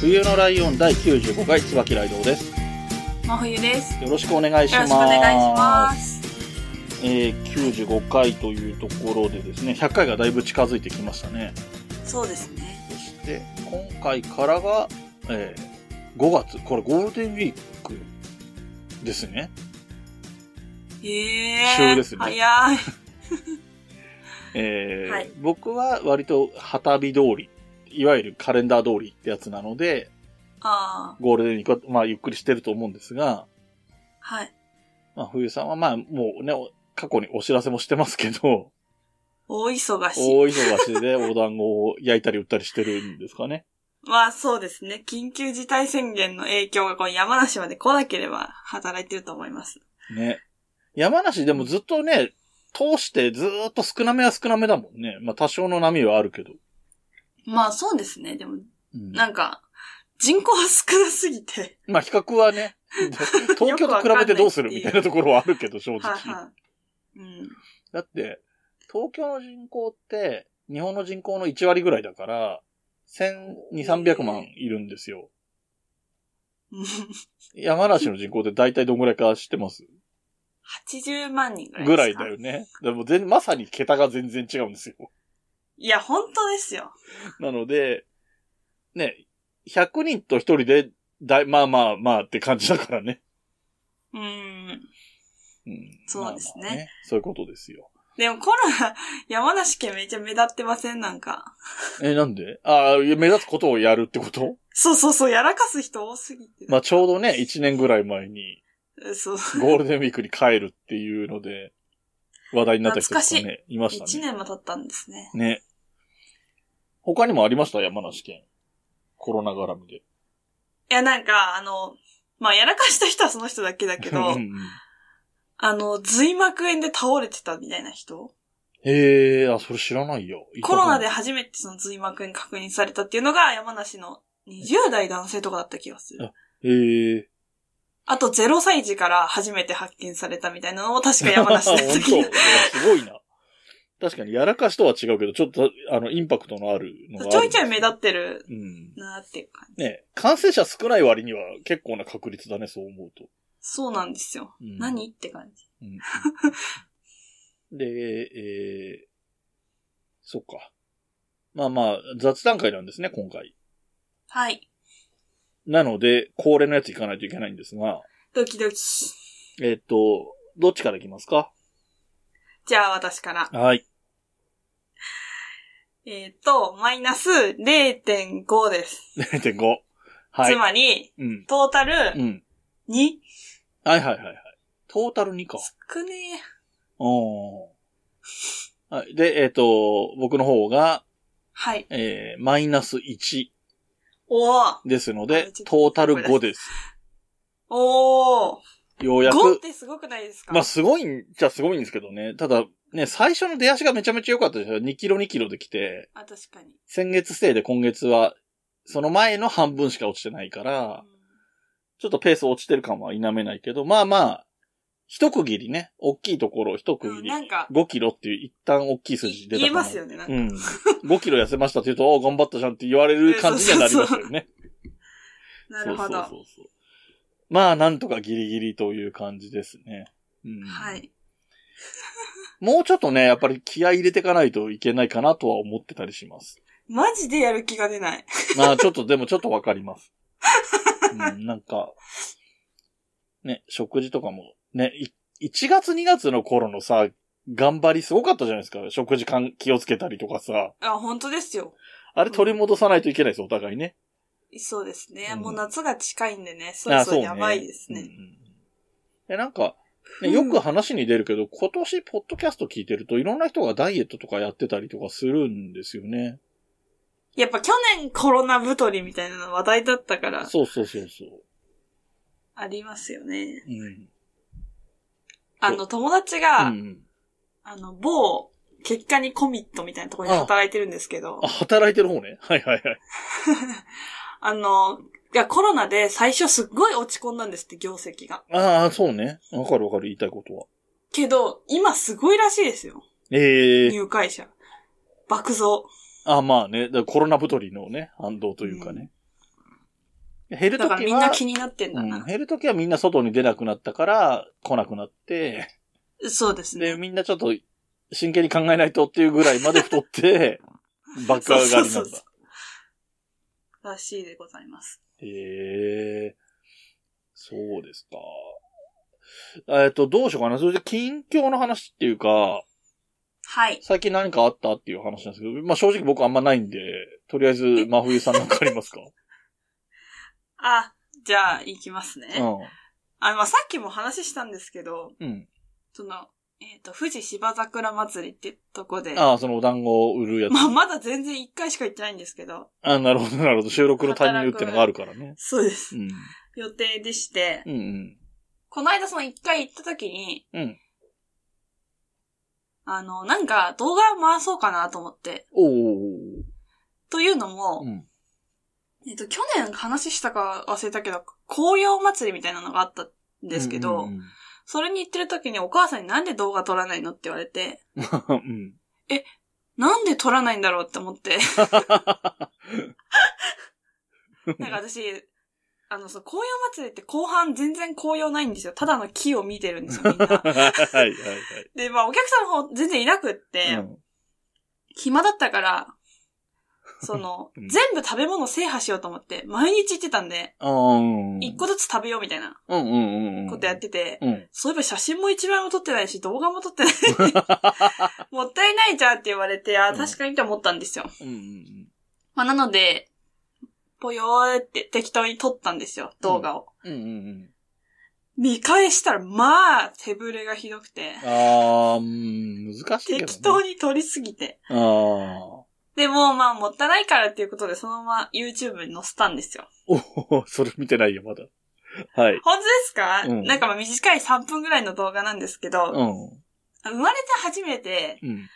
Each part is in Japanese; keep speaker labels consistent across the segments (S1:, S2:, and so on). S1: 冬のライオン第95回、椿ライドウです。
S2: 真冬です
S1: よろしくお願いし
S2: よろ
S1: ま
S2: しく
S1: す。
S2: お願いします
S1: えー、95回というところでですね、100回がだいぶ近づいてきましたね。
S2: そうですね
S1: そして、今回からが、えー、5月。これゴールデンウィークですね。
S2: えー、
S1: 週ですね
S2: 早い
S1: えー
S2: はい
S1: 僕は割と旗日通り、いわゆるカレンダー通りってやつなので、
S2: あー
S1: ゴールデンウィークは、まあ、ゆっくりしてると思うんですが、
S2: はい
S1: まあ、冬さんは、まあ、もうね、お過去にお知らせもしてますけど、
S2: 大忙しい
S1: 大忙しでお団子を焼いたり売ったりしてるんですかね。
S2: まあそうですね緊急事態宣言の影響がこの山梨まで来なければ働いてると思います
S1: ね。山梨でもずっとね、通してずーっと少なめは少なめだもんね。まあ、多少の波はあるけど。
S2: まあそうですねでも
S1: うん、
S2: なんか人口は少なすぎて
S1: まあ、比較 はね、東京と比べてどうするみたいなところはあるけど、正直。
S2: はいはいうん
S1: だって、東京の人口って、日本の人口の1割ぐらいだから、1200、300万いるんですよ。
S2: うん
S1: 山梨の人口って大体どんぐらいか知ってます
S2: 80万人ぐらいですか
S1: ぐらいだよね。でも全、まさに桁が全然違うんですよ。
S2: いや、本当ですよ。
S1: なので、ね、100人と1人で、だい、まあまあまあって感じだからね。
S2: うーん。
S1: うん、
S2: そうですね
S1: まあまあそういうことですよ。
S2: でもコロナ、 山梨県めっちゃ目立ってませんなんか。
S1: え、なんでああ、目立つことをやるってこと
S2: そうそうそう、やらかす人多すぎて。
S1: まあちょうどね、1年ぐらい前に、
S2: そう。
S1: ゴールデンウィークに帰るっていうので、話題になった人とかね、いました
S2: 1
S1: ね。
S2: 年も経ったんですね。
S1: ね。他にもありました山梨県。コロナ絡みで。
S2: いや、なんか、あの、まあ、やらかした人はその人だけだけど
S1: う、んうん
S2: あの、髄膜炎で倒れてたみたいな人
S1: へえ、あ、それ知らないよ。
S2: コロナで初めてその髄膜炎確認されたっていうのが山梨の20代男性とかだった気がする。
S1: へえ。
S2: あと0歳児から初めて発見されたみたいなのも確か山梨だった気 が
S1: 本当すごいな。確かに、やらかしとは違うけど、ちょっと、あの、インパクトのあるのがある
S2: ちょいちょい目立ってる
S1: うん。
S2: なーっていう感じ。
S1: ね感染者少ない割には結構な確率だね、そう思うと。
S2: そうなんですよ。
S1: うん
S2: 何って感じ。
S1: うんで、えー、そっか。まあまあ、雑談会なんですね、今回。
S2: はい。
S1: なので、恒例のやつ行かないといけないんですが、
S2: ドキドキ。
S1: えっ、と、どっちから行きますか
S2: じゃあ私から。
S1: はい。
S2: えっ、と、マイナス0.5です。
S1: 0.5。はい
S2: つ。まり、
S1: うん。
S2: トータル
S1: うん。
S2: 2、
S1: はいはいはいはい。トータル2か。
S2: 少ねえ。
S1: おーはい。で、えっ、と、僕の方が、
S2: はい。
S1: えー、マイナス1
S2: おー
S1: ですの
S2: あ
S1: で、
S2: ちょっ
S1: トータル5です。
S2: おー
S1: ようや
S2: !5 っ
S1: く。
S2: てすごくないですか
S1: まあ、すごいんじゃすごいんですけどね。ただ、ね、最初の出足がめちゃめちゃ良かったですよ。2キロ2キロで来て、
S2: あ、確かに。
S1: 先月ステイで今月は、その前の半分しか落ちてないか
S2: う
S1: ら
S2: ん、
S1: ちょっとペース落ちてる感は否めないけど、まあまあ、一区切りね、大きいところ一区
S2: う
S1: 切
S2: ん
S1: り、
S2: なんか、
S1: 5キロっていう一旦大きい数字
S2: い
S1: 出た
S2: 言え
S1: かな
S2: ますよね。なんか
S1: うん。5キロ痩せましたって言うと、お頑張ったじゃんって言われる感じにはなりますよね。
S2: なるほど。
S1: そうそうそうそうまあ、なんとかギリギリという感じですね。うん、
S2: はい。
S1: もうちょっとね、やっぱり気合い入れていかないといけないかなとは思ってたりします。
S2: マジでやる気が出ない。
S1: まあ、ちょっと、でもちょっとわかります。 うん、なんか、ね、食事とかも、ね、い1月2月の頃のさ、頑張りすごかったじゃないですか。食事かん気をつけたりとかさ。
S2: あ、本当ですよ。
S1: あれ取り戻さないといけないです、お互いね。
S2: そうですね。
S1: うん
S2: もう夏が近いんでね、そ
S1: あ
S2: ろそろやばいです
S1: そう
S2: ね。
S1: ねうんうんえ、なんか、ねよく話に出るけど、今年、ポッドキャスト聞いてると、いろんな人がダイエットとかやってたりとかするんですよね。
S2: やっぱ去年コロナ太りみたいなの話題だったから、
S1: そうそうそうそう。
S2: ありますよね。
S1: うん。
S2: あの、友達が、
S1: うん、
S2: あの、某、結果にコミットみたいなところに働いてるんですけど
S1: あ、、働いてる方ね。はいはいはい。
S2: あの、いや、コロナで最初すっごい落ち込んだんですって、業績が。
S1: ああ、そうね。わかるわかる、言いたいことは。
S2: けど、今すごいらしいですよ。
S1: ええ
S2: 入会者。爆増。
S1: あ、まあね。だからコロナ太りのね、反動というかね。減ると
S2: だから
S1: きは、
S2: みんな気になってんだ
S1: うん、
S2: な。
S1: 減るときはみんな外に出なくなったから、来なくなって、
S2: そうです
S1: で、
S2: ね。
S1: みんなちょっと、真剣に考えないとっていうぐらいまで太 って、バカ上がり
S2: そ
S1: な
S2: うそうんそう
S1: だ
S2: そ。らしいでございます。
S1: へえそうですか。えっと、どうしようかな。それで、近況の話っていうか、
S2: はい。
S1: 最近何かあったっていう話なんですけど、まあ正直僕あんまないんで、とりあえず、真冬さんなんかあ りますか
S2: あ、じゃあ、行きますね。
S1: う
S2: あの、まあ、さっきも話したんですけど、
S1: ん。うん。
S2: その、えっ、と、富士芝桜祭りってとこで、
S1: ああ、そのお団子を売るやつ。
S2: まあ、まだ全然一回しか行ってないんですけど、
S1: あなるほど、なるほど。収録のタイミングってのがあるからね。
S2: そうです
S1: う。ん。
S2: 予定でして、
S1: うんうん。
S2: この間その一回行った時に、
S1: うん
S2: あの、なんか動画回そうかなと思って。
S1: お
S2: というのも
S1: お。、うん。
S2: えっと、去年話したか忘れたけど、紅葉祭りみたいなのがあったんですけど、
S1: うん
S2: それに行ってる時にお母さんになんで動画撮らないのって言われて、
S1: うんうん。
S2: なんで撮らないんだろうって思って。なんか私、あの、そう、紅葉祭りって後半全然紅葉ないんですよ。ただの木を見てるんですよ、みん な。
S1: はいはい
S2: で、まあお客さんも全然いなくって、
S1: はい。、
S2: 暇だったから、その
S1: うん
S2: 全部食べ物制覇しようと思って、毎日行ってたんで、
S1: うん。うん。
S2: 一個ずつ食べようみたいな
S1: うんうんうんうん。
S2: ことやってて、
S1: うん。
S2: そういえば写真も一枚も撮ってないし、動画も撮って ない。もったいないじゃんって言われて、あ
S1: う
S2: ー、
S1: ん
S2: 確かにって思ったんですよ。
S1: うんうん
S2: まあなので、ぽよーって適当に撮ったんですよ、動画を。
S1: うん。うんうんうん。
S2: 見返したら、まあ、手ぶれがひどくて、
S1: あー、うん難しいけどね。
S2: 適当に撮りすぎて。
S1: あー。
S2: でも、まあ、もったいないからっていうことで、そのまま YouTube に載せたんですよ。
S1: おおそれ見てないよ、まだ。はい。
S2: 本当ですか、
S1: うん
S2: なんかまあ短い3分ぐらいの動画なんですけど、
S1: うん。
S2: 生まれて初めて、
S1: うん。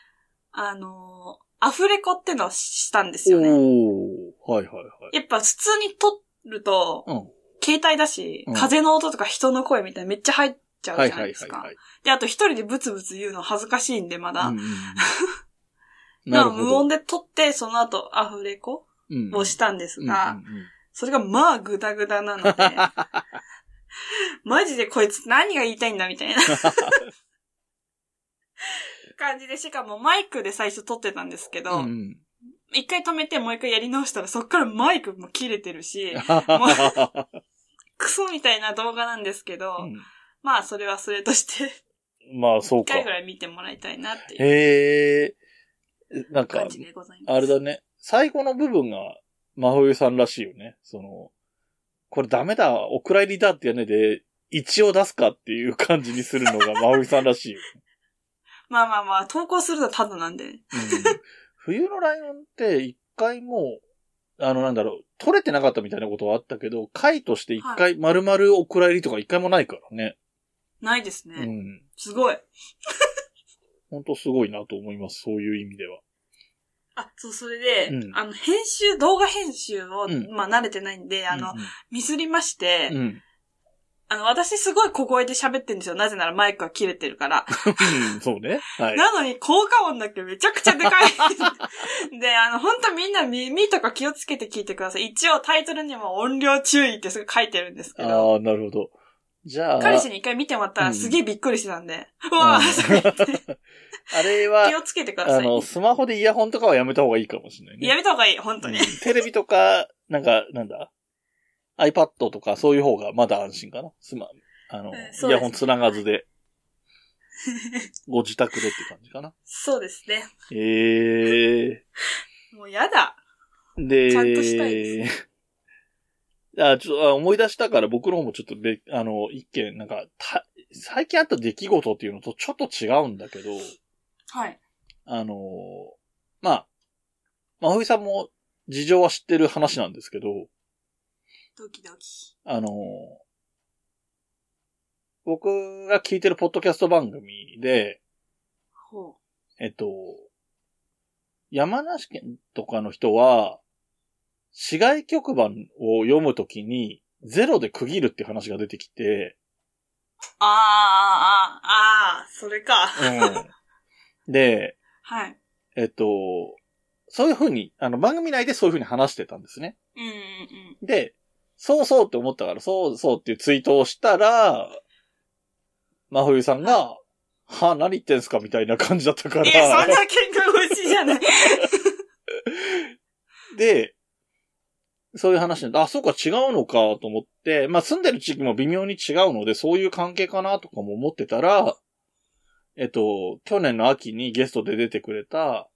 S2: あのーアフレコってのをしたんですよね。
S1: おおはいはいはい。
S2: やっぱ普通に撮ると、
S1: うん。
S2: 携帯だし、
S1: うん
S2: 風の音とか人の声みたいなめっちゃ入っちゃ
S1: は
S2: う
S1: い
S2: じゃな
S1: はいい
S2: です
S1: はい
S2: か
S1: は。い。
S2: で、あと一人でブツブツ言うの恥ずかしいんで、まだ。
S1: うんうんうん
S2: だ
S1: な
S2: か
S1: る
S2: ら
S1: ほど。
S2: 無音で撮って、その後アフレコをしたんです
S1: うんうん
S2: が、
S1: うん
S2: それがまあグダグダ なので、マジでこいつ何が言いたいんだみたいな感じで、しかもマイクで最初撮ってたんですけ
S1: う
S2: ど、
S1: んうん。
S2: 一回止めてもう一回やり直したらそっからマイクも切れてる し、クソみたいな動画なんですけど、まあそれはそれとして、
S1: うんまあ、そう
S2: 一
S1: か。
S2: 回ぐらい見てもらいたいなっていう
S1: へえ。なんか
S2: 感、じでございます。
S1: あれだね。最後の部分が、真冬さんらしいよね。その、これダメだ、お蔵入りだってやねで、一を出すかっていう感じにする のが真冬さんらしいよ、ね
S2: まあまあまあ、投稿するとただなんで。
S1: うん冬のライオンって一回もう、あのなんだろう、取れてなかったみたいなことはあったけど、回として一
S2: は
S1: 回丸々お蔵入りとか一回もないからね。
S2: ないですね。
S1: うん。
S2: すごい。
S1: ほんとすごいなと思います。そういう意味では。
S2: あ、そう、それで、
S1: うん
S2: あの、編集、動画編集を、
S1: うん
S2: まあ、慣れてないんで、あの、ミスりまして、
S1: うん、 うん。
S2: あの、私すごい小声で喋ってるんですよ。なぜならマイクは切れてるから。
S1: うんそうね。はい。
S2: なのに、効果音だけめちゃくちゃでか い。で、あの、ほんとみんな耳とか気をつけて聞いてください。一応タイトルにも音量注意ってすごい書いてるんですけど、
S1: ああ、なるほど。じゃあ、
S2: 彼氏に一回見てもらった
S1: う
S2: ら
S1: ん
S2: すげえびっくりしてたんで、うわ
S1: あ
S2: ーとか言って
S1: あれ
S2: 気
S1: は、
S2: をつけてくだ
S1: あ
S2: さい。
S1: の、スマホでイヤホンとかはやめた方がいいかもしれないね。
S2: やめた方がいい、本当に。
S1: うんテレビとか、なんか、なんだ ?iPad とかそういう方がまだ安心かな。スマ、あの、
S2: えそうです
S1: イヤホンつながず で。ご自宅でって感じかな。
S2: そうですね。
S1: ええ
S2: もうやだ。
S1: ー。で、
S2: ちゃんとしたいで
S1: あ、ちょっとあ思い出したから僕の方もちょっとべ、あの、一件、なんか、た、最近あった出来事っていうのとちょっと違うんだけど、
S2: はい。
S1: あのーまあ、まふいさんも事情は知ってる話なんですけど、
S2: ドキドキ。
S1: あのー僕が聞いてるポッドキャスト番組で、
S2: ほ
S1: えっと、山梨県とかの人は、市外局番を読むときに、ゼロで区切るって話が出てきて、
S2: う。あー、あー、あー、それか。
S1: うん、で、
S2: はい。
S1: えっと、そういうふうに、あの、番組内でそういうふうに話してたんですね。
S2: うんうんうん。
S1: で、そうそうって思ったから、そうそうっていうツイートをしたら、真冬さんが、はあ、何言ってんすかみたいな感じだったから。
S2: え、そんな喧嘩腰じゃない。
S1: で、そういう話になって、あ、そうか、違うのか、と思って、まあ、住んでる地域も微妙に違うので、そういう関係かな、とかも思ってたら、えっと、去年の秋にゲストで出てくれた、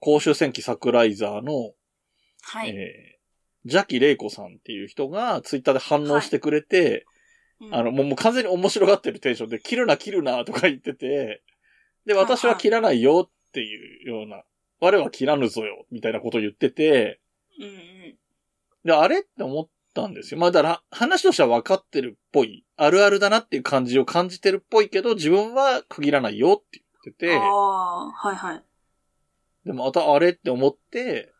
S1: 公衆戦記サクライザーの、
S2: はい。
S1: えー、ジャキレイコさんっていう人が、ツイッターで反応してくれて、
S2: うん
S1: あの、もうもう完全に面白がってるテンションで、切るな、切るな、とか言ってて、で、
S2: はい
S1: 私は切らないよっていうような、我は切らぬぞよ、みたいなこと言ってて、
S2: うんうん。
S1: で、あれって思ったんですよ。まあ、だから、話としては分かってるっぽい。あるあるだなっていう感じを感じてるっぽいけど、自分は区切らないよって言ってて
S2: あ、あ、はいはい。
S1: でもまたあれって思って、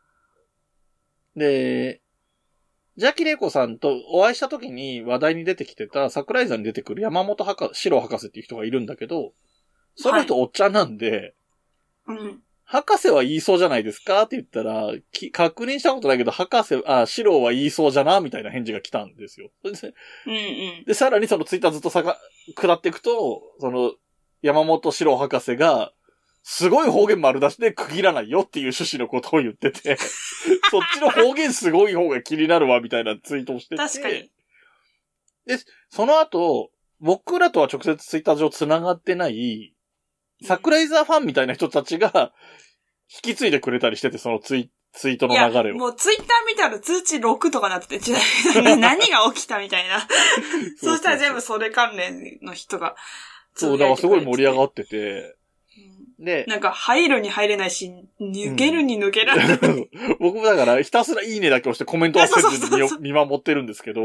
S1: で、ジャキレイコさんとお会いした時に話題に出てきてた、桜井さんに出てくる山本博士、白博士っていう人がいるんだけど、その人おっちゃんなんで、
S2: うん。
S1: 博士は言いそうじゃないですかって言ったら、き確認したことないけど、博士、あ、シロは言いそうじゃなみたいな返事が来たんですよ。それで
S2: うんうん。
S1: で、さらにそのツイッターずっとさか、下っていくと、その、山本四郎博士が、すごい方言丸出しで区切らないよっていう趣旨のことを言って て、そっちの方言すごい方が気になるわ、みたいなツイートをしてて。
S2: 確かに。
S1: その後、僕らとは直接ツイッター上繋がってない、桜井沢ファンみたいな人たちが、引き継いでくれたりしてて、そのツイツイートの
S2: いや、
S1: 流れを。
S2: もうツイッター見たら通知6とかなってて、ちなみに何が起きたみたいな。そうしたら全部それ関連の人が。
S1: そう、だからすごい盛り上が
S2: っ
S1: ってて、
S2: て。
S1: で、
S2: なんか入るに入れないし、抜けるに抜けられない。
S1: 僕もだから、ひたすらいいねだけ押してコメントはせずに見よ
S2: そうそうそうそう
S1: 見守ってるんですけど。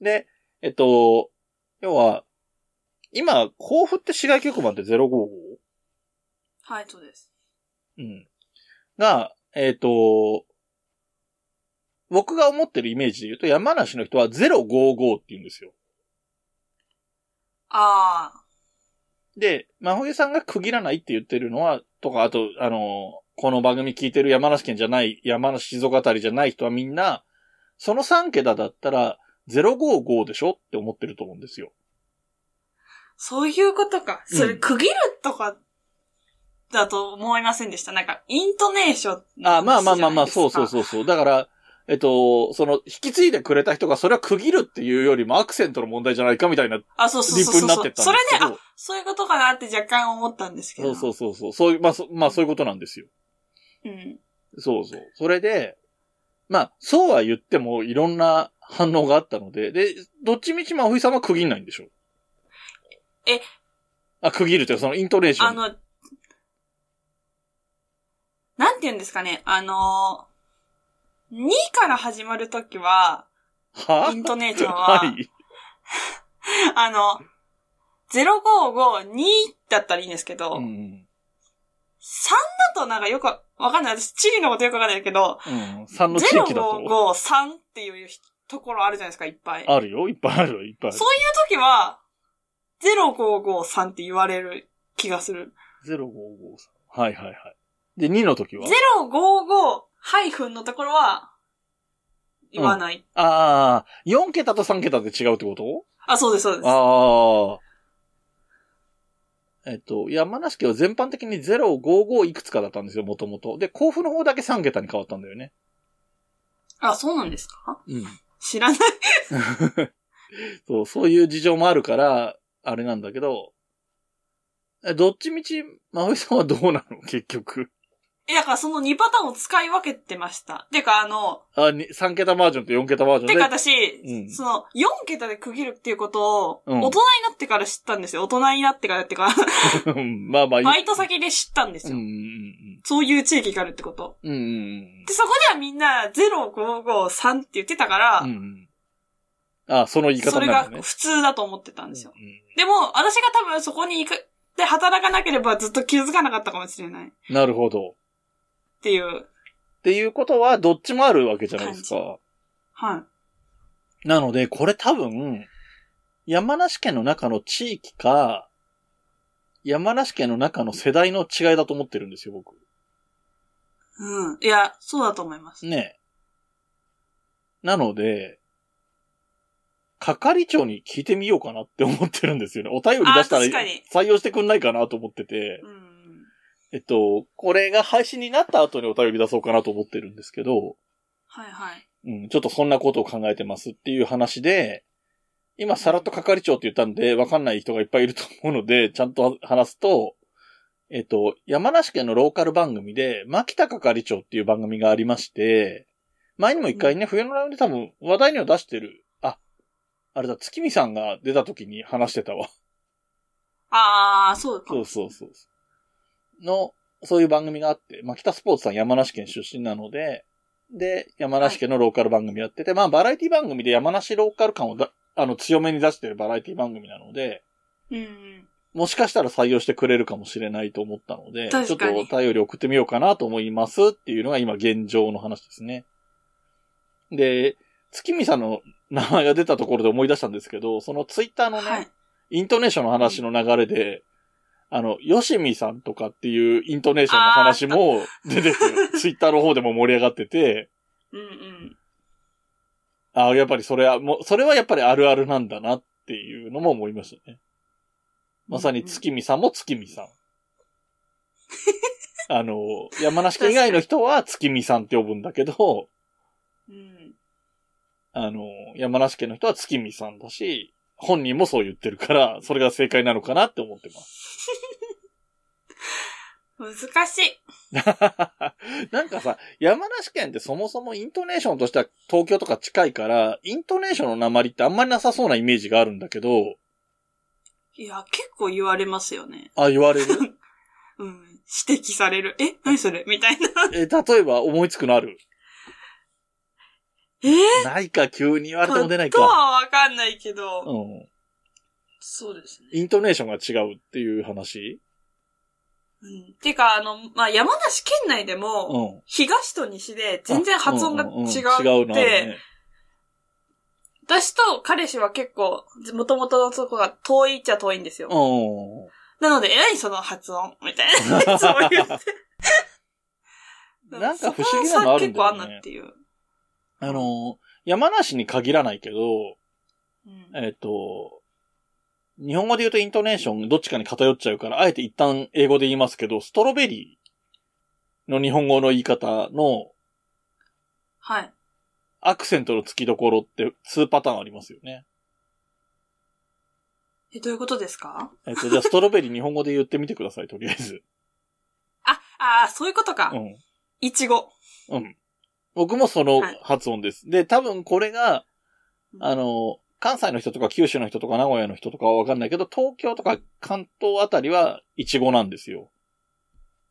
S1: で、えっと、要は、今、甲府って市外局番って 055?
S2: はい、そうです。
S1: うん。が、えっと、僕が思ってるイメージで言うと、山梨の人は055って言うんですよ。
S2: ああ、
S1: で、真冬さんが区切らないって言ってるのは、とか、あと、あの、この番組聞いてる山梨県じゃない、山梨静岡あたりじゃない人はみんな、その3桁だったら、055でしょって思ってると思うんですよ。
S2: そういうことか。それ
S1: うん
S2: 区切るとか、だと思いませんでした。なんか、イントネーションの話じゃないですか。
S1: あまあまあまあまあ、そうそう
S2: う。
S1: そうそう。だから、えっと、その、引き継いでくれた人が、それは区切るっていうよりもアクセントの問題じゃないかみたいな
S2: あ、そうそう
S1: リ
S2: そうそ
S1: プ
S2: う。
S1: になってったんですけど。
S2: それで、あ、そういうことかなって若干思ったんですけ
S1: そ
S2: ど。
S1: うそうそうそう。そういう、まあ、そまあ、そういうことなんですよ。
S2: う。うん。
S1: そうそう。それで、まあ、そうは言っても、いろんな反応があったので、で、どっちみち真冬さんは区切んないんでしょ
S2: え
S1: あ、区切るというかそのイントネーション。
S2: あの、なんて言うんですかね、あの、2から始まるときは、
S1: は
S2: イントネーションは、
S1: はい。
S2: あの、0552だったらいいんですけど、
S1: う
S2: 3
S1: ん。
S2: だとなんかよくわわかんない。私、チリのことよくわかんないけど、
S1: うん。3の地域だと。
S2: 0553っていうところあるじゃないですか、いっぱい。
S1: あるよ。いっぱいあるよ。いっぱいある
S2: そう。いう時は、0553って言われる気がする。
S1: 0 5 5 3はいはいはい。で、2の時は
S2: 055ハイフンのところは、言わない。
S1: ああ、4桁と3桁で違うってこと
S2: あ、そうです、そうです。
S1: ああ。えっと、山梨県は全般的に055いくつかだったんですよ、もともと。で、甲府の方だけ3桁に変わったんだよね。
S2: あ、そうなんですか
S1: うん。
S2: 知らない。
S1: そう、そういう事情もあるから、あれなんだけど、えどっちみち、まおいさんはどうなの結局。
S2: え、え、だからその2パターンを使い分けてました。てか、あの、
S1: あ、に3桁バージョンと4桁バージョン
S2: て
S1: で。
S2: か私、
S1: うん
S2: その、4桁で区切るっていうことを、
S1: うん
S2: 大人になってから知ったんですよ。大人になってからっていうか、
S1: うんまあまあいい。
S2: バイト先で知ったんです
S1: う
S2: よ。
S1: んうんうん
S2: そういう地域があるってこと。
S1: うん。うんうん
S2: で、そこではみんな、0553って言ってたから、
S1: うん。うんうん。あ、その言い方
S2: それ
S1: にな
S2: が
S1: るね。
S2: 普通だと思ってたんですよ。
S1: うんう
S2: でも、私が多分そこに行く、で働かなければずっと気づかなかったかもしれない。っ
S1: んなるほど。
S2: ていう。
S1: っていうことは、どっちもあるわけじゃないですか。
S2: はい。
S1: なので、これ多分、山梨県の中の地域か、山梨県の中の世代の違いだと思ってるんですよ、僕。
S2: うん。いや、そうだと思います。
S1: ねえ。なので、係長に聞いてみようかなって思ってるんですよね。お便り出したら
S2: あ確かに
S1: 採用してくんないかなと思ってて。
S2: うん。
S1: えっと、これが配信になった後にお便り出そうかなと思ってるんですけど、
S2: はいはい。
S1: うん、ちょっとそんなことを考えてますっていう話で、今さらっと係長って言ったんで、わかんない人がいっぱいいると思うので、ちゃんと話すと、えっと、山梨県のローカル番組で、牧田係長っていう番組がありまして、前にも一回ね、冬のライブで多分話題には出してる。あ、あれだ、月見さんが出た時に話してたわ。
S2: ああ、そうか。
S1: そうそうそうそう。の、そういう番組があって、まあ、北スポーツさん山梨県出身なので、で、山梨県のローカル番組やってて、まあ、バラエティ番組で山梨ローカル感をだ、あの、強めに出してるバラエティ番組なので、
S2: うん。
S1: もしかしたら採用してくれるかもしれないと思ったので、ちょっ
S2: 確かに
S1: とお便り送ってみようかなと思いますっていうのが今現状の話ですね。で、月見さんの名前が出たところで思い出したんですけど、そのツイッターのね、
S2: はい。
S1: イントネーションの話の流れで、あの、ヨシミさんとかっていうイントネーションの話も出てて、ツイッターの方でも盛り上がってて、
S2: うんうん。
S1: ああ、やっぱりそれは、もう、それはやっぱりあるあるなんだなっていうのも思いましたね。まさに月見さんも月見さん。あの、山梨県以外の人は月見さんって呼ぶんだけど、
S2: うん。
S1: あの、山梨県の人は月見さんだし、本人もそう言ってるから、それが正解なのかなって思ってます。
S2: 難しい。
S1: なんかさ、山梨県ってそもそもイントネーションとしては東京とか近いから、イントネーションの鉛ってあんまりなさそうなイメージがあるんだけど、
S2: いや、結構言われますよね。
S1: あ、言わ れる
S2: うん。指摘される。え何それみたいな。
S1: え、例えば思いつくのある
S2: え ー、
S1: ないか、急に言われても出ない
S2: と
S1: か。
S2: はわかんないけど。
S1: うん。
S2: そうですね。
S1: イントネーションが違うっていう話
S2: うん。てか、あの、まあ、山梨県内でも、
S1: うん。
S2: 東と西で全然発音が違
S1: んんん
S2: うっ
S1: のあ
S2: て、
S1: るね。
S2: 私と彼氏は結構、もともとのとこが遠いっちゃ遠いんですよ。
S1: うん。
S2: なので、えらいその発音みたい な。そういう。
S1: なんか不思議なのある
S2: そこはさ
S1: んだよね
S2: 結構あんなっていう。
S1: あの、山梨に限らないけど、
S2: うん
S1: えっ、と、日本語で言うとイントネーションどっちかに偏っちゃうから、あえて一旦英語で言いますけど、ストロベリーの日本語の言い方の
S2: はい。
S1: アクセントの付きどころって2パターンありますよね。
S2: え、どういうことですか
S1: えっ、と、じゃあストロベリー日本語で言ってみてください、とりあえず。
S2: あ、 ああ、そういうことか
S1: う。ん。
S2: いちご。
S1: うん。僕もその
S2: はい
S1: 発音です。で、多分これが、あの、関西の人とか九州の人とか名古屋の人とかはわかんないけど、東京とか関東あたりはイチゴなんですよ。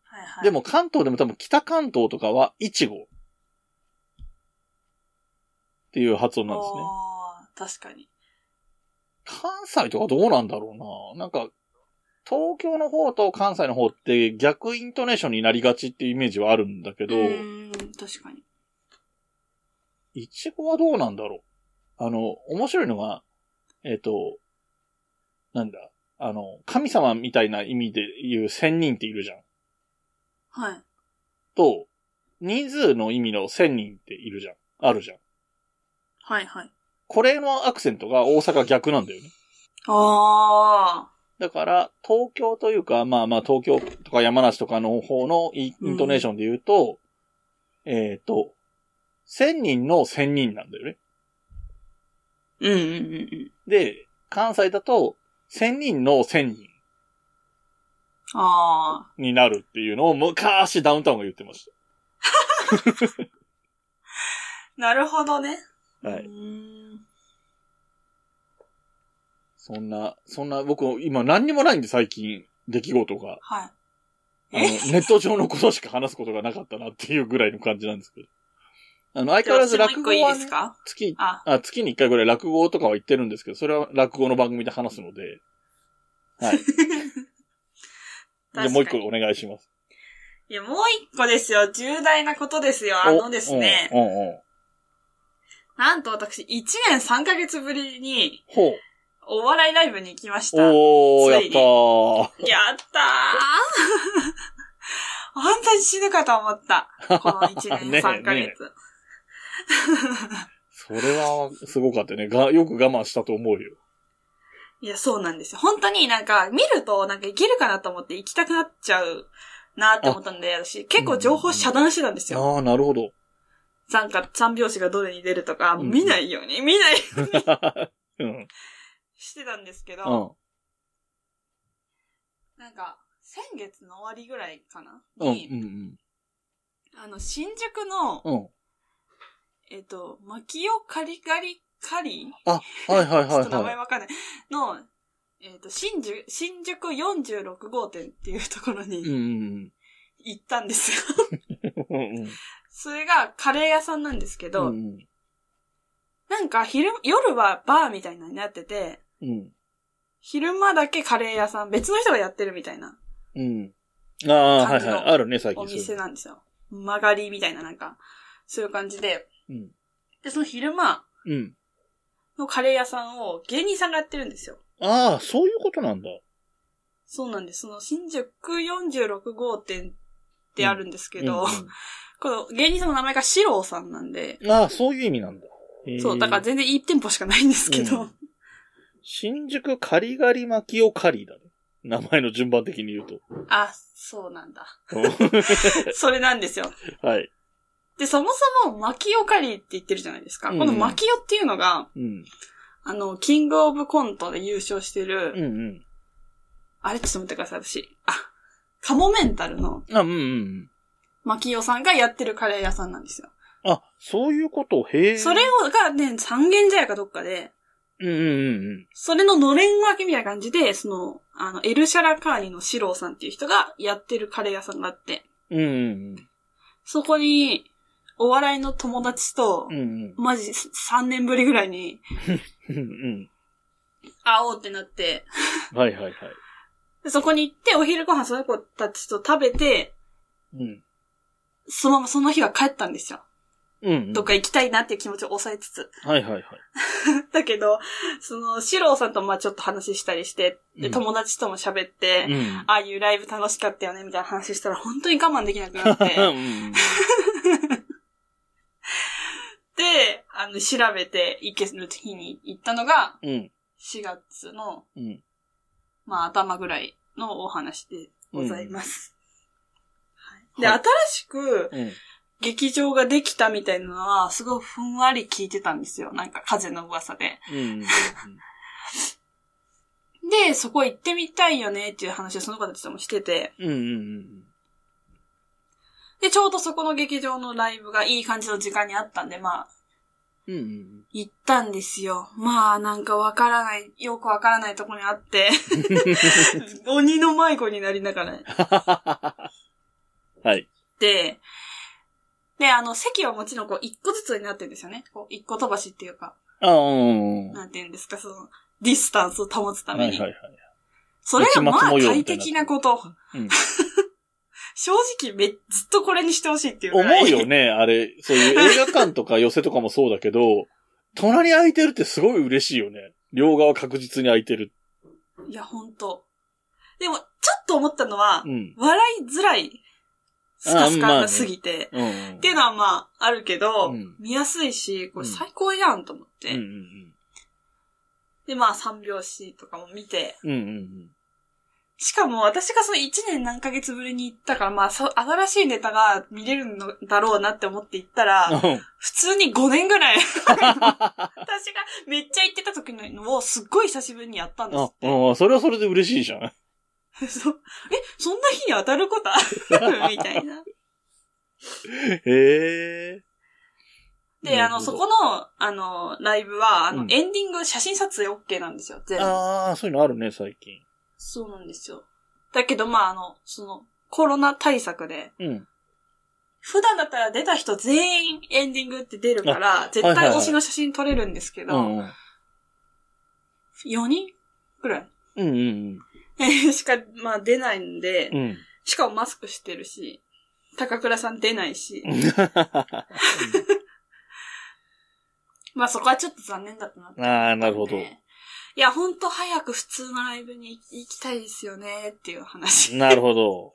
S2: はいはい。
S1: で、も関東でも多分北関東とかはイチゴ。っていう発音なんですね。
S2: あー確かに。
S1: 関西とかどうなんだろうな。なんか、東京の方と関西の方って逆イントネーションになりがちっていうイメージはあるんだけど、
S2: ーん、確かに。
S1: イチゴはどうなんだろう。あの、面白いのが、えっ、と、なんだ、あの、神様みたいな意味で言う仙人っているじゃん。
S2: はい。
S1: と、人数の意味の仙人っているじゃん。あるじゃん。
S2: はいはい。
S1: これのアクセントが大阪逆なんだよね。
S2: ああ。
S1: だから、東京というか、まあまあ東京とか山梨とかの方のイ
S2: うん
S1: イントネーションで言うと、えっ、と、千人の千人なんだよね。
S2: うんうんうんうん。
S1: で、関西だと、千人の千人。
S2: ああ。
S1: になるっていうのを昔ダウンタウンが言ってまし
S2: なるほどね。。
S1: た。はいう
S2: ーん
S1: そんな、そんな、僕、今何にもないんで最近、出来事が。
S2: はい。
S1: あの、ネット上のことしか話すことがなかったなっていうぐらいの感じなんですけど。あの、相
S2: じ
S1: 変
S2: ゃあ
S1: わら
S2: 私
S1: ず
S2: も
S1: 落
S2: 一
S1: 語
S2: 個いい
S1: は
S2: で
S1: ね、
S2: すか
S1: 月、
S2: あ、
S1: あ、月に一回ぐらい落語とかは言ってるんですけど、それは落語の番組で話すので。はい。じゃあもう一個お願いします。
S2: いや、もう一個ですよ。重大なことですよ。あ
S1: お
S2: のですね、
S1: うんうんうん。
S2: なんと私、1年3ヶ月ぶりに、
S1: ほう。
S2: お笑いライブに行きました。やっ
S1: おー、や
S2: つ
S1: っ
S2: いに
S1: たー。
S2: たー 本当に死ぬかと思った。この1
S1: ねえ
S2: 年3ヶ月。
S1: ねそれは、すごかったね。が、よく我慢したと思うよ。
S2: いや、そうなんですよ。本当になんか、見ると、なんかいけるかなと思って行きたくなっちゃうなって思ったんで、私、結構情報遮断してたんですよ。
S1: ああ、なるほど。
S2: なんか、三拍子がどれに出るとか、
S1: うん
S2: 見ないように、見ないように
S1: うん。
S2: してたんですけど、
S1: うん。
S2: なんか、先月の終わりぐらいかな
S1: うん。う
S2: に、
S1: ん。
S2: あの、新宿の、
S1: うん。
S2: えっと、巻きをカリカリカリ
S1: はいはい
S2: ちょっ
S1: はい
S2: と名前
S1: は
S2: わかんない。の、えっ、と、新宿、新宿46号店っていうところ
S1: い。う
S2: に
S1: んうん
S2: 行ったんですよ。
S1: うん。うんうん。
S2: それがカレー屋さんなんですけど、
S1: うん
S2: なんか昼、夜はバーみたいなのになってて、
S1: うん。
S2: 昼間だけカレー屋さん、別の人がやってるみたいな
S1: うん。ああ、は
S2: 感
S1: い
S2: じ
S1: は
S2: の
S1: い。あるね、最
S2: お
S1: 近そういう
S2: 店なんですよ。曲がりみたいななんか、そういう感じで。
S1: の。
S2: で、その昼間
S1: うん。うん。
S2: のカレー屋さんを芸人さんがやってるんですよ。
S1: ああ、そういうことなんだ。
S2: そうなんです。その新宿46号店ってあるんですけど、
S1: うん
S2: この芸人さんの名前がシローさんなんで、
S1: うんああ、そういう意味なんだ。へえ
S2: そう、だから全然1店舗しかないんですけど、
S1: うん新宿カリガリ巻きをカリだね。名前の順番的に言うと。
S2: あ、そうなんだ。
S1: うん
S2: それなんですよ。
S1: はい。
S2: で、そもそも、マキオカリーって言ってるじゃないですか。
S1: うん
S2: このマキオっていうのが、
S1: うん。
S2: あの、キングオブコントで優勝してる、
S1: うんうん。
S2: あれちょっと待ってください、私。あ、カモメンタルの
S1: あ、うんうんうん。
S2: マキオさんがやってるカレー屋さんなんですよ。
S1: あ、そういうこと、へえ。
S2: それを、がね、三軒茶屋かどっかで、
S1: うんうんうん
S2: それののれん分けみたいな感じで、その、あの、エルシャラカーニのシローさんっていう人がやってるカレー屋さんがあって、
S1: うん。うんうん
S2: そこに、お笑いの友達と
S1: うん。う、ん
S2: マジ3年ぶりぐらいに
S1: うん。うん
S2: 会おうってなって、
S1: うん。はいはいはい。
S2: でそこに行ってお昼ご飯その子たちと食べて、
S1: うん。
S2: そのままその日は帰ったんですよ。
S1: うんうん。
S2: どっか行きたいなっていう気持ちを抑えつつ。
S1: はいはいはい。
S2: だけど、その、シローさんとまあちょっと話したりして、
S1: う
S2: で、
S1: ん
S2: 友達とも喋って、
S1: うん。
S2: ああいうライブ楽しかったよね、みたいな話したら本当に我慢できなくなって。
S1: うんうん
S2: で、あの、調べて行ける日に行ったのが、
S1: うん。うん
S2: 4月の、
S1: うん。
S2: まあ、頭ぐらいのお話でございます。
S1: うん
S2: で、
S1: は
S2: 新しく
S1: うん。
S2: 劇場ができたみたいなのは、すごいふんわり聞いてたんですよ。なんか風の噂で。
S1: うん。
S2: で、そこ行ってみたいよねっていう話をその子たちともしてて、
S1: うん。うん。
S2: で、ちょうどそこの劇場のライブがいい感じの時間にあったんで、まあ、
S1: うん。うん。
S2: 行ったんですよ。まあ、なんかわからない、よくわからないとこにあ って、鬼の迷子になりながら行っ
S1: はい。
S2: て、で、あの、席はもちろんこう、一個ずつになってるんですよね。こう、一個飛ばしっていうか、
S1: ああ、うん。は
S2: なんていうんですか、その、ディスタンスを保つた
S1: い
S2: め
S1: は
S2: に。
S1: いはい。
S2: それがま
S1: 市
S2: あ、
S1: 松模
S2: 快
S1: 様みたいな
S2: 適なこと。
S1: うん
S2: 正直め、ずっとこれにしてほしいっていうぐ
S1: 思
S2: らい。
S1: うよね、あれ。そういう映画館とか寄せとかもそうだ けど、隣空いてるってすごい嬉しいよね。両側確実に空いてる。
S2: いや、ほんと。でも、ちょっと思ったのは
S1: う、ん。
S2: 笑いづらい、スカスカ
S1: あまあね
S2: が過ぎて。
S1: うん。っ
S2: っていうのはまあ、あるけど、
S1: うん
S2: 見やすいし、これ
S1: うん
S2: 最高やんと思って。
S1: うんうん
S2: で、まあ、三拍子とかも見て。
S1: うん。うんうん
S2: しかも、私がその1年何ヶ月ぶりに行ったから、まあ、そう新しいネタが見れるのだろうなって思って行ったら、
S1: うん。
S2: 普通に5年ぐらい、私がめっちゃ行ってた時のをすっごい久しぶりにやったんですっ
S1: あ
S2: て。
S1: うん、それはそれで嬉しいじゃん。
S2: そうえ、そんな日に当たること あるみたいな。
S1: へえ。
S2: で、あの、そこの、あの、ライブは、あの、
S1: うん
S2: エンディング写真撮影 OK なんですよ、全部。
S1: ああ、そういうのあるね、最近。
S2: そうなんですよ。だけど、まあ、あの、その、コロナ対策で、
S1: うん。
S2: 普段だったら出た人全員エンディングって出るから、絶
S1: はい
S2: 対
S1: はいはい
S2: 推しの写真撮れるんですけ
S1: う
S2: ど、
S1: んうん。
S2: 4人くらい
S1: うんう ん
S2: しか、まあ、出ないんで、
S1: うん。うん。
S2: しかもマスクしてるし、高倉さん出ないし、 まあそこはちょっと残念だったなって
S1: ああ、なるほど。
S2: ねいや、ほんと早く普通のライブに行きたいですよねっていう話。
S1: なるほど。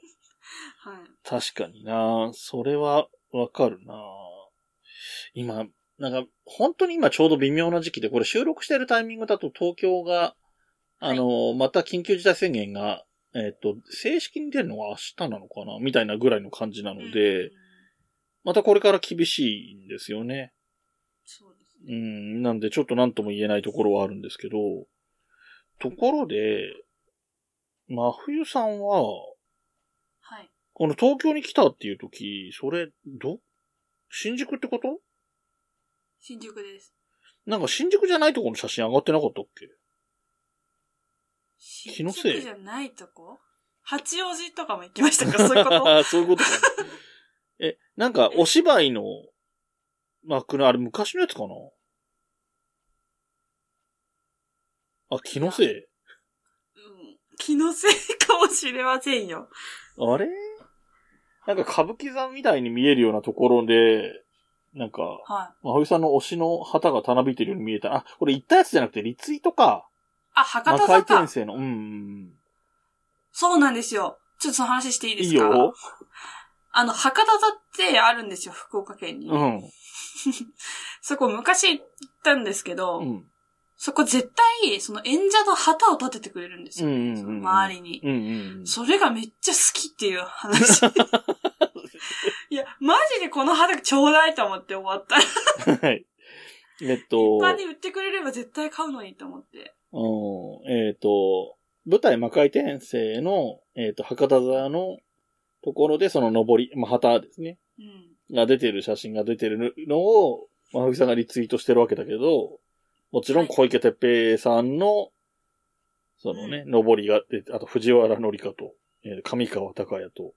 S2: はい。
S1: 確かにな。それはわかるな。今、なんか、本当に今ちょうど微妙な時期で、これ収録してるタイミングだと東京が、あの、また緊急事態宣言が、えっ、と、正式に出るのは明日なのかなみたいなぐらいの感じなの
S2: う
S1: で
S2: ん、
S1: またこれから厳しいんですよね。
S2: そうです
S1: う
S2: ね。
S1: ん、なんでちょっと何とも言えないところはあるんですけど、ところで、真冬さんは、
S2: はい。
S1: この東京に来たっていう時、それ、ど、新宿ってこと
S2: 新宿です。
S1: なんか新宿じゃないところの写真上がってなかったっけ気
S2: 新
S1: のせい
S2: 宿じゃないとこ八王子とかも行きましたかそういう こと
S1: そういうことか。え、なんかお芝居の幕の、あれ昔のやつかなあ、気のせい
S2: うん。気のせいかもしれませんよ。
S1: あれなんか歌舞伎座みたいに見えるようなところで、なんか、
S2: はい。
S1: まふさんの推しの旗がたなびいてるように見えた。あ、これ言ったやつじゃなくてリツイートか。
S2: あ、博多
S1: 魔界転
S2: 坂。
S1: 生の。うんうんうん。
S2: そうなんですよ。ちょっとその話していいで
S1: い
S2: す
S1: い
S2: か
S1: よ。
S2: あの、博多座ってあるんですよ、福岡県に。
S1: うん。
S2: そこ昔行ったんですけど、
S1: うん。
S2: そこ絶対、その演者の旗を立ててくれるんですよ、
S1: うんうんうん
S2: その周りに。
S1: うんうん。
S2: それがめっちゃ好きっていう話。 いや、マジでこの旗ちょうだいと思って終わった。
S1: はい。えっと、
S2: 他に売ってくれれば絶対買うのにと思って。
S1: うん、えっと、舞台魔界転生の、えっと、博多座のところでその上り、まあ、旗ですね。
S2: うん。
S1: が出てる写真が出てるのを、まふさんがリツイートしてるわけだけど、もちろん小池徹平さんの、そのね、上りが出て、あと藤原紀香と、えー上川隆也と、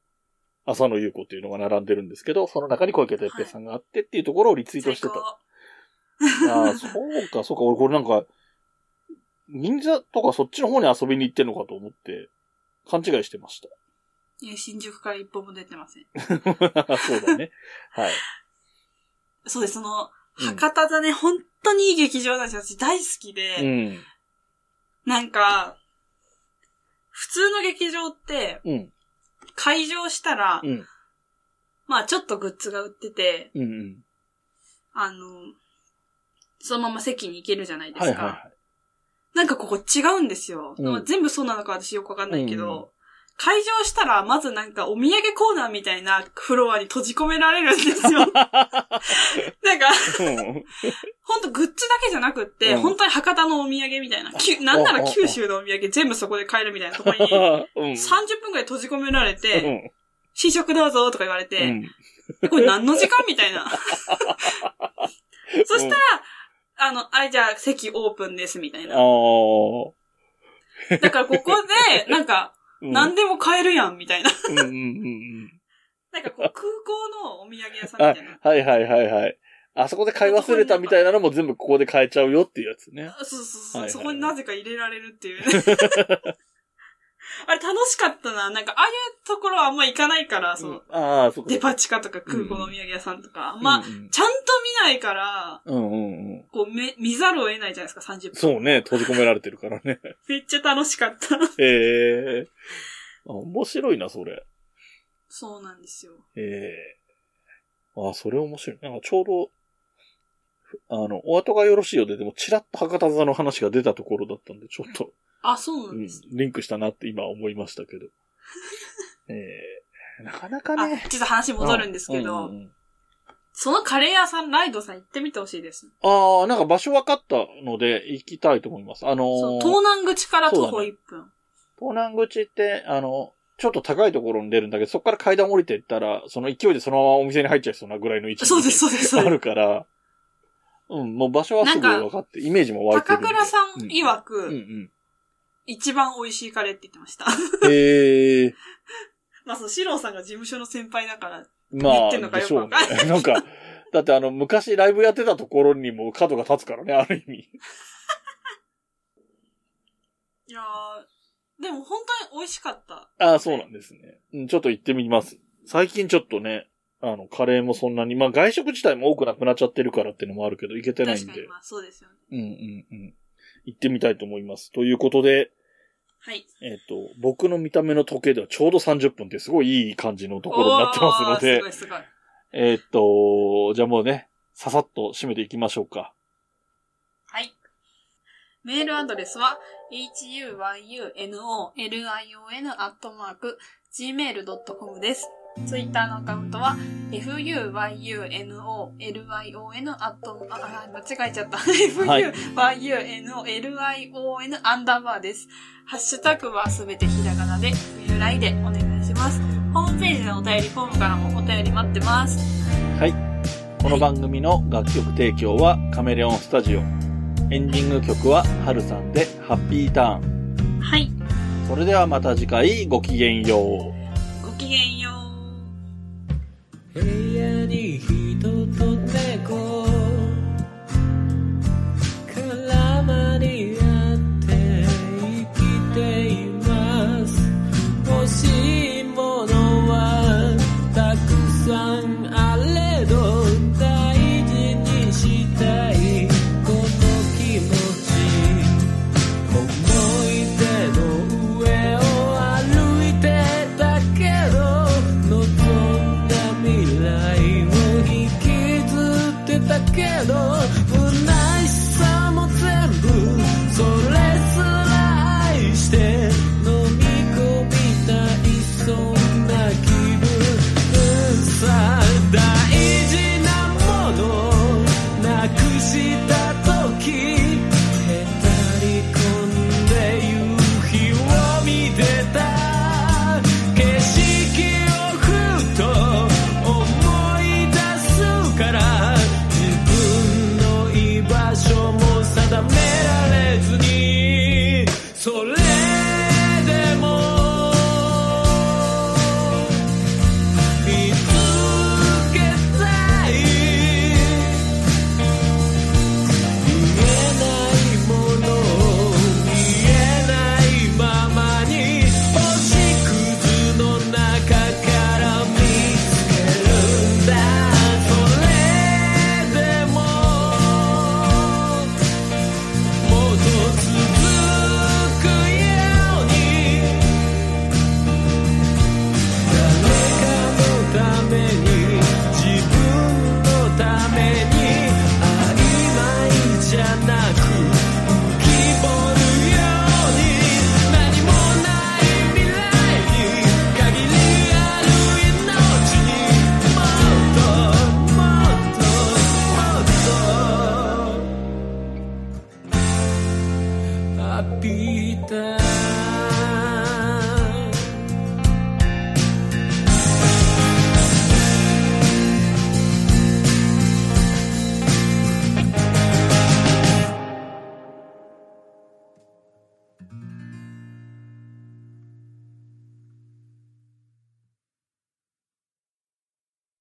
S1: 浅野優子っていうのが並んでるんですけど、その中に小池徹平さんがあってっていうところをリツイートしてた。 ああ、そうか、そうか。俺、これなんか、忍者とかそっちの方に遊びに行ってんのかと思って、勘違いしてまし
S2: いや、新宿から一歩も出てません。
S1: た。 そうだね。はい。
S2: そうです、その、
S1: うん
S2: 博多座ね、本当にいい劇場なんですよ。私大好きで。
S1: うん。
S2: なんか、普通の劇場って、
S1: うん。
S2: 会場したら、
S1: うん。
S2: まあちょっとグッズが売ってて、
S1: うん。うん。
S2: あの、そのまま席に行けるじゃないで
S1: は
S2: す
S1: い
S2: か。
S1: はいは
S2: なんかここ違うんですよ。
S1: うん
S2: まあ全部そうなのか私よくわかんないけど、
S1: うん
S2: 会場したらまずなんかお土産コーナーみたいなフロアに閉じ込められるんです よ。なんか、
S1: い。うん
S2: ほんとグッズだけじゃなくって、
S1: うん
S2: 本当に博多のお土産みたいな、きゅなんなら九州のお土産全部そこで買えるみたいなところに、30
S1: うん。
S2: 分くらい閉じ込められ
S1: う
S2: て、
S1: ん
S2: 試食どうぞとか言われて、
S1: うん
S2: これ何の時間みたい な。そしたら、あの、あれじゃあ席オープンですみたい
S1: あ
S2: な。
S1: あ。
S2: だからここで、なんか、
S1: うん
S2: 何でも買えるやんみたいな。
S1: うんうんうん
S2: なんかこう、空港のお土産屋さ
S1: うん。
S2: ん
S1: あ
S2: みたいな。
S1: はいはいはいはい。あそこで買い忘れたみたいなのも全部ここで買えちゃうよっていうやつね。
S2: そうそうそう、
S1: はいはい
S2: そこになぜか入れられるって いうね。あれ楽しかったな。なんか、ああいうところはあんま行かないから、その、
S1: うんああ、そうか。
S2: デパ地下とか空港のお土産屋さんとか、まあ、
S1: うん
S2: ちゃんと見ないから、
S1: うんうんうん。
S2: こう、め、見ざるを得ないじゃないですか、30分。
S1: そうね、閉じ込められてるからね。
S2: めっちゃ楽しかった。
S1: ええあ面白いな、それ。
S2: そうなんですよ。
S1: ええあ、それ面白い。なんかちょうど、ふあの、お後がよろしいようで、でも、ちらっと博多座の話が出たところだったんで、ちょっと、
S2: あ、そうな
S1: うんん
S2: です、ね、
S1: リンクしたなって今思いましたけど。ええなかなか
S2: あ、
S1: ね。
S2: ちょっと話戻るんですけど、
S1: うんうんうん
S2: そのカレー屋さん、ライドさん行ってみてほしいです。
S1: ああ、なんか場所分かったので、行きたいと思います。あのー
S2: そう東南口から徒
S1: そう
S2: 歩
S1: だ
S2: 1分。
S1: 東南口って、あの、ちょっと高いところに出るんだけど、そこから階段降りていったら、その勢いでそのままお店に入っちゃいそうなぐらいの位置に
S2: そうです、そうです、そう
S1: あ
S2: です。
S1: るから、うん、もう場所はすぐ分かって、イメージも湧いて
S2: 高
S1: る。
S2: 倉さん曰く、
S1: うん
S2: 一番美味しいカレーって言ってました。
S1: うん。へえ。
S2: まあ、そう、シローさんが事務所の先輩だから、 言
S1: ま
S2: っ
S1: あ、
S2: てんのか
S1: で
S2: よ
S1: し
S2: く
S1: ょう
S2: わかん
S1: ね。 なんか、だってあの、昔ライブやってたところにも角が立つからね、ある意味。
S2: いやーでも本当に美味しかった。
S1: ああ、そうなんですね。うん、ちょっと行ってみます。最近ちょっとね、あの、カレーもそんなに、まあ外食自体も多くなくなっちゃってるからっていうのもあるけど、行けてないん
S2: 確か
S1: で
S2: に、。まあ、そうですよね。
S1: うんうんうん。行ってみたいと思います。ということで、
S2: はい。
S1: えっ、と、僕の見た目の時計ではちょうど30分ってすごいいい感じのところになってますの
S2: お
S1: で
S2: ー、すごいすごい。
S1: えっ、と、じゃあもうね、ささっと締めていきましょうか。
S2: はい。メールアドレスは、huyunolion.gmail.com です。ツイッターのアカウントは、fuyunolion アット、あ、あ間違えちゃった。fuyunolion アンダーバーです。ハッシュタグはすべてひらがなで、冬来でお願いします。ホームページのお便りフォームからもお便り待ってます。
S1: この番組の楽曲提供はカメレオンスタジオ。エンディング曲はハルさんでハッピーターン。
S2: はい。
S1: それではまた次回ごきげんよう。
S2: ごきげんよう。
S3: 部屋に人と猫絡まり合って生きています欲しいものはたくさんあれど大事にしたいこの気持ち思い出の上を歩いてたけど望んだ未来を引きずってたけど不悔しさも全部それすら愛して飲み込みたいそんな気分さ大事なものなくした時へたり込んで夕日を見てた景色をふと思い出すから自分の居場所も定められずにそれでも見つけたい見えないもの見えないままに星屑の中から見つけるんだそれでももっと続くように誰かのために自分のために曖昧じゃなく浮き彫るように何もない未来に限りある命にもっともっともっと浴びた